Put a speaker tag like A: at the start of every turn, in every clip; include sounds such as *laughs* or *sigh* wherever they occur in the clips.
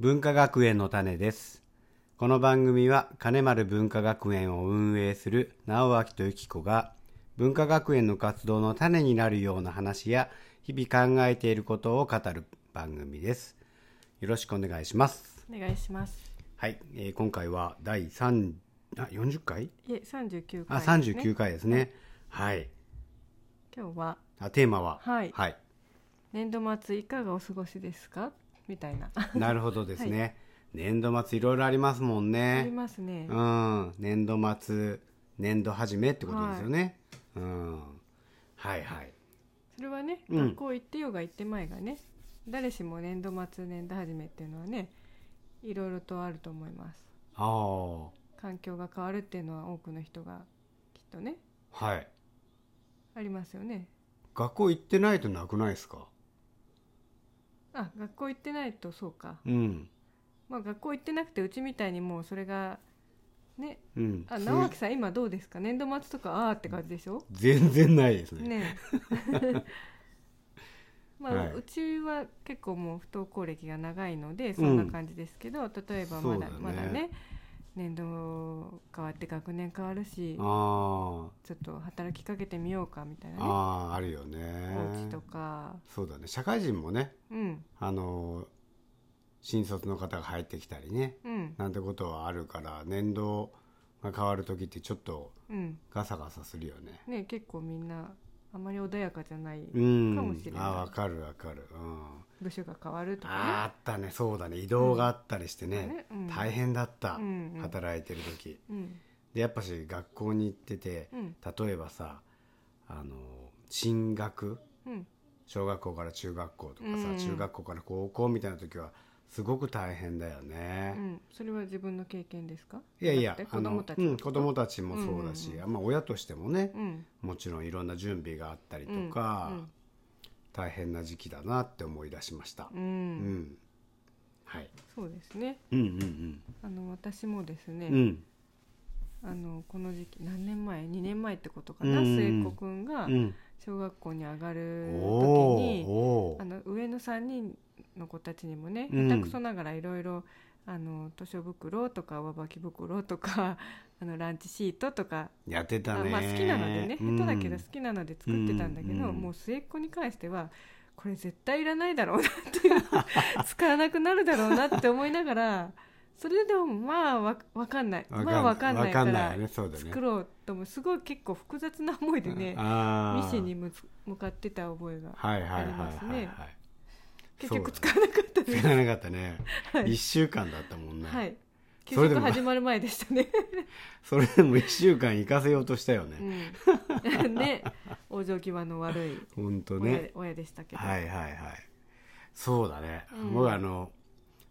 A: 文化学園の種ですこの番組は金丸文化学園を運営する直明と由紀子が文化学園の活動の種になるような話や日々考えていることを語る番組ですよろしくお願いします
B: お願いします。
A: はい、えー今回は第3あ40回
B: いえ、三十九
A: あ
B: 回、ですね
A: 39回ですねはい
B: 今日は
A: あテーマは
B: はい
A: はい、
B: 年度末いかがお過ごしですかみたいな。
A: なるほどですね、年度末いろいろありますもんね
B: ありますね。
A: うん、年度末年度始めってことですよね、うんはいはい
B: それはね、
A: うん
B: 学校行ってようが行ってまいがね、誰しも年度末年度始めっていうのはね、いろいろとあると思います。
A: ああ
B: 環境が変わるっていうのは多くの人がきっとね
A: はい
B: ありますよね。
A: 学校行ってないとなくないですか
B: あ、学校行ってないとそうか。
A: うん
B: まあ学校行ってなくてうちみたいにもうそれがね、
A: うん
B: あ
A: す
B: 直樹さん今どうですか年度末とかあーって感じでしょ？
A: 全然ないですね
B: ね
A: *laughs*
B: えまあ、
A: はいう
B: ちは結構もう不登校歴が長いのでそんな感じですけど、例えばまだ
A: そうだね
B: まだね年度変わって学年変わるし
A: あ
B: ちょっと働きかけてみようかみたい
A: あ
B: なね
A: あああるよね
B: お家とか
A: そうだね社会人もね
B: うん
A: あのー新卒の方が入ってきたりね
B: うん
A: なんてことはあるから年度が変わる時ってちょっと
B: うん
A: ガサガサするよね
B: ねえ結構みんなあまり穏やかじゃない
A: うん
B: かもしれない
A: あわかるわかるうん
B: 部署が変わるとか
A: あーあったねそうだね移動があったりして
B: ね
A: ね、
B: うん
A: 大変だった、
B: うんうん
A: 働いてる時
B: うん
A: でやっぱし学校に行ってて
B: うん
A: 例えばさあの進学
B: うん
A: 小学校から中学校とかさ、
B: うん
A: 中学校から高校みたいな時はすごく大変だよ
B: う
A: ね、
B: んそれは自分の経験ですか
A: いやいや
B: だって
A: あ
B: 子
A: の
B: 供たち
A: う
B: の
A: ん、子供たちもそうだし、
B: うんうん
A: まあ、親としてもね、
B: うん
A: もちろんいろんな準備があったりとか、
B: うん
A: 大変な時期だなって思い出しました、
B: うん
A: う
B: うん
A: んはい、
B: そうですね
A: うんうん
B: あの私もですね、
A: うんうん
B: あのこの時期何年前2年前ってことかな、
A: うん
B: 末っ子くんが
A: うん
B: 小学校に上が
A: お
B: る時
A: ー
B: に、
A: お
B: あ
A: ー
B: の上の3人の子たちにもね
A: うん
B: 下手くそながらいろいろあの図書袋とか上履き袋とか *laughs* あのランチシートとか、
A: やってた
B: あ
A: ね
B: まあ、好きなのでね、
A: うん
B: 下手だけど好きなので作ってたんだけど、
A: うん
B: もう末っ子に関してはこれ絶対いらないだろうなっていう
A: *laughs*
B: 使わなくなるだろうなって思いながらそれでもまあわわかんない
A: わかん
B: まあわかんないか
A: わかん
B: ら
A: ないよねそうだね
B: 作ろうともすごい結構複雑な思いでね
A: あー
B: ミシンにむつ向かってた覚えが
A: はいはいはい
B: あります
A: はい
B: ね
A: はい
B: 結局
A: そう
B: 使わなかった
A: だ
B: で
A: ね
B: す
A: 使わなかったね
B: *laughs* はい
A: 一週間だったもんね、
B: はい給
A: それで
B: 食
A: も
B: 始まる前でし
A: *laughs*
B: たね
A: それでも一週間行かせようとしたよね、
B: うん *laughs* ね往生際の悪い
A: ほんと
B: 親,、
A: ね
B: 親でしたけど
A: はいはいはいそうだね、
B: うん
A: 僕あの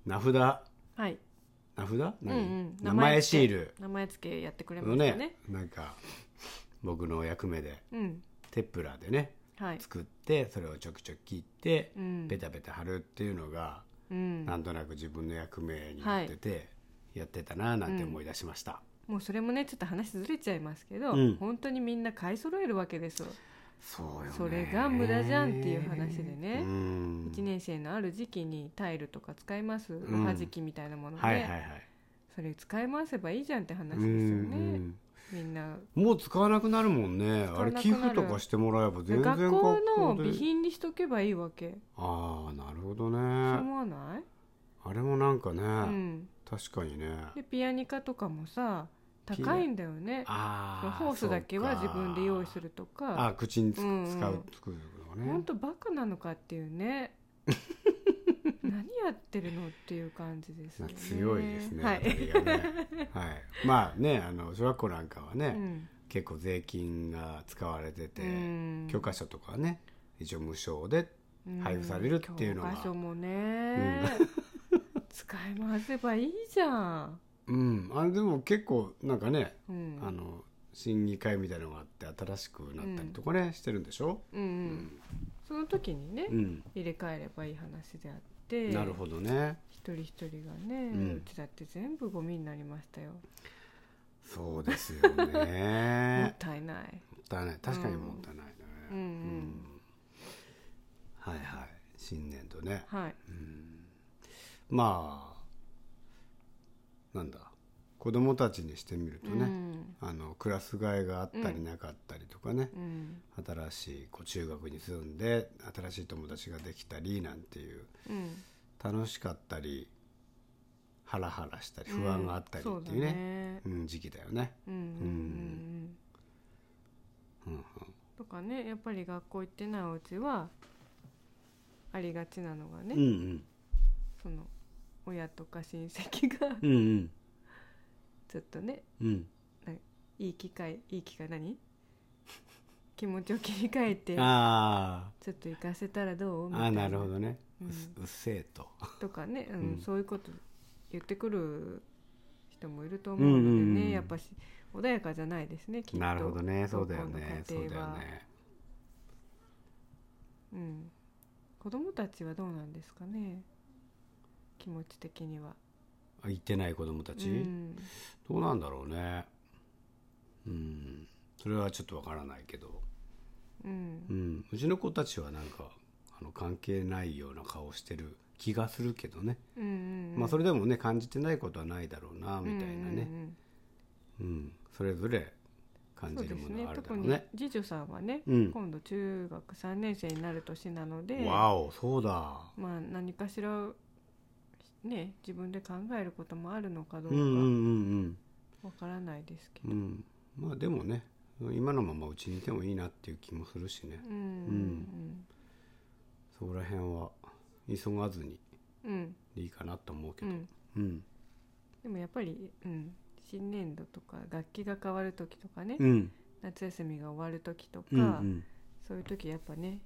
A: 名札名
B: はい
A: 札、
B: うんう
A: 何
B: ん
A: 名前シール
B: 名前付けやってくれ
A: の
B: ました
A: ね
B: ね
A: なんか僕の役目で
B: うん
A: テップラーでね
B: はい
A: 作ってそれをちょくちょく切って
B: うん
A: ペタペタ貼るっていうのが、
B: うん
A: なんとなく自分の役目になってて、やってたななんて思い出しました、
B: もうそれもねちょっと話ずれちゃいますけど、
A: うん
B: 本当にみんな買い揃えるわけですよ
A: そうよね
B: それが無駄じゃんっていう話でね
A: うん
B: 1年生のある時期にタイルとか使います、
A: ん
B: はじきみたいなもので、
A: はいはいはい、
B: それ使い回せばいいじゃんって話です
A: うん
B: よね、
A: うん
B: みんな
A: もう使わなくなるもんね
B: 使
A: あ
B: わ
A: れ
B: なくなる
A: 寄付とかしてもらえば全然
B: 学校の
A: 学校で
B: 備品にしとけばいいわけ
A: ああなるほど
B: そう
A: ね
B: 思わない、
A: あれもなんかね、
B: うん、
A: 確かにね
B: でピアニカとかもさ高いんだよね
A: ああ
B: ホースだけは自分で用意す
A: る
B: ると
A: あ
B: か
A: ー口につ使う、
B: うんうん
A: 作るのがね
B: 本当バカなのかってい
A: *laughs*
B: うね何やってるのっていう感じですよね
A: 強いですね、
B: は
A: 当た
B: い、
A: りがねはい、まあねあの小学校なんかはね、
B: うん
A: 結構税金が使われてて、
B: うん
A: 教科書とかはね一応無償で
B: うん
A: 配布されるっていうのが
B: 教科書もね、 *laughs* 使い回せばいいじゃん、
A: うんあでも結構なんかね、
B: うん、
A: あの審議会みたいなのがあって新しくなったりとかね、してるんでしょ、
B: うんうんその時にね、
A: うん
B: 入れ替えればいい話であって
A: なるほどね
B: 一人一人がね、
A: う
B: うんちだって全部ゴミになりましたよ、
A: そうです
B: *laughs*
A: よ
B: もっ
A: ね
B: たいない、
A: もったいない確かにもったいないね、
B: うんうん
A: はいはい新年度ね
B: はい
A: まあなんだ子供たちにしてみると
B: う
A: ね、
B: ん
A: あのクラス替えがあったりなかったりとかね、
B: うん
A: 新しいこう中学に住んで新しい友達ができたりなんていう
B: うん
A: 楽しかったりハラハラしたり不安があったりっていうね,、うん時期だよね。
B: うんそうだねうんうん
A: うん
B: うん
A: うん
B: とかねやっぱり学校行ってないうちはありがちなのがね、
A: うんうん
B: その親とか親戚が *laughs*
A: うんうん
B: ちょっとね
A: うん
B: いい機会いい機会何 *laughs* 気持ちを切り替えて
A: あ
B: ちょっと行かせたらど
A: ー
B: うみた
A: あー
B: いな
A: なるほどね、
B: う
A: うんうっせえと
B: とかね、うん
A: うん
B: そういうこと言ってくる人もいると思うのでね、
A: うんうんうん
B: やっぱし穏やかじゃないですねきっと
A: なるほどねそうだよねそ
B: どこ
A: う
B: の家
A: だ
B: 庭
A: よ
B: は
A: ね
B: うん、子供たちはどうなんですかね気持ち的には、
A: あ行ってない子供た
B: う
A: ち、
B: ん、
A: どうなんだろうねうんそれはちょっとわからないけど、
B: う、
A: うんん、うちの子たちはなんかあの関係ないような顔してる気がするけどね、
B: うんうんうん
A: まあそれでもね感じてないことはないだろうなみたいなね、
B: うんうん
A: うんそれぞれ
B: うん
A: 感
B: そう
A: じる
B: で
A: も
B: す
A: の
B: ね
A: があるだ
B: 特
A: ろう
B: に
A: ね
B: 次女さんはね、
A: うん
B: 今度中学3年生になる年なので
A: わおそうだ
B: まあ何かしらね自分で考えることもあるのかど
A: うんうん
B: う
A: うん
B: かわからないですけど
A: うんうんまあでもね今のままうちにいてもいいなっていう気もするしね
B: うん
A: そこら辺は急がずに
B: うんうん
A: いいかなと思うけ
B: う
A: ど
B: ん
A: うん
B: でもやっぱり、うん、新年度とか楽器が変わる時とかね、
A: うん
B: 夏休みが終わる時とか、
A: うんうん
B: そういう時やっぱね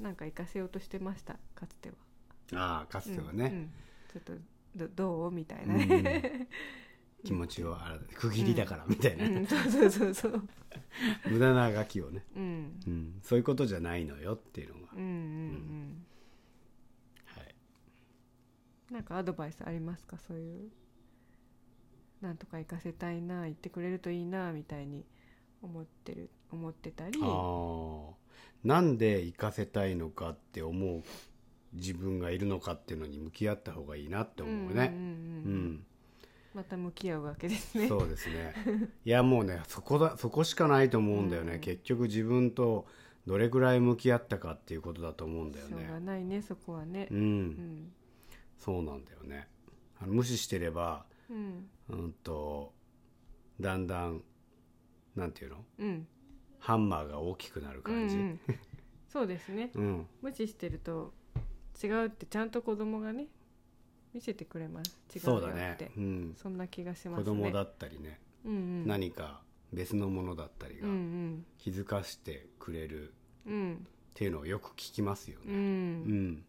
B: なんか行かせようとしてましたかつては。
A: ああかつては
B: う
A: ね、
B: んちょっとどどうみたいな
A: うんうん
B: *laughs* ね、
A: 気持ちをあら区切りだからみたいな、
B: う
A: *laughs*
B: ん、そうそうそうそう、
A: 無駄なあがきをね、
B: うん、
A: うん、そういうことじゃないのよっていうのが、
B: うんうんうん
A: はい、
B: なんかアドバイスありますかそういうなんとか行かせたいな行ってくれるといいなみたいに思ってる思ってたり
A: あーなんで行かせたいのかって思う自分がいるのかっていうのに向き合った方がいいなって思うねう
B: うんうんうんうん
A: ん、
B: また向き合うわけですね。
A: そうですねいやもうねそこだそこしかないと思うんだよね、
B: うん
A: 結局自分とどれぐらい向き合ったかっていうことだと思うんだよ
B: しょうが
A: ね
B: ないねそこはね
A: う。
B: うんん
A: そうなんだよねあの無視してれば
B: うん
A: うんとだんだんなんていうの
B: うん
A: ハンマーが大きくなる感じ、
B: う
A: うん
B: うんんそうですね。無視してると違うってちゃんと子供がね見せてくれます。違う
A: そ
B: よ
A: うだ
B: っ
A: ね
B: て、
A: うん、
B: そんな気がします
A: 子
B: ね。
A: 供だったりね、
B: うんうん。
A: 何か別のものだったり
B: う
A: が
B: ん
A: 気づかしてくれる
B: うんうん
A: っていうのをよく聞きますよ
B: う
A: ね、うん
B: ん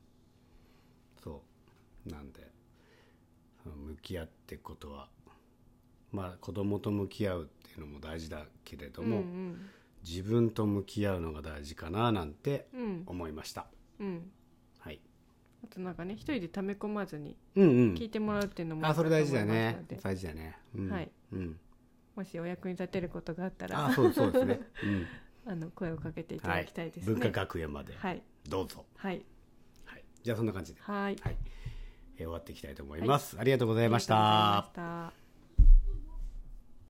A: そうなんでその向き合っていくことはまあ子供と向き合うっていうのも大事だけれども、
B: うん
A: 自分と向き合うのが大事かななんて
B: うんうん
A: 思いました、
B: うん。
A: はい、
B: あとなんかね一人で溜め込まずに
A: うんう
B: 聞い
A: ん
B: てもらうっていうのも
A: あそれ大事だ
B: いいか
A: ね
B: と思いますので
A: 大事だね、うん
B: はい
A: うん、
B: もしお役に立てることがあったら
A: あそうそうですね、
B: *laughs*
A: うん
B: あの声をかけていた
A: は
B: だ
A: い
B: きたいですね。
A: 文化学園まで
B: はい
A: どうぞ、
B: はい
A: はい、じゃあそんな感じで
B: はい。
A: はい、えー終わっていきたいと思います。ありがとうございまし
B: ありが
A: た
B: とうございま。した。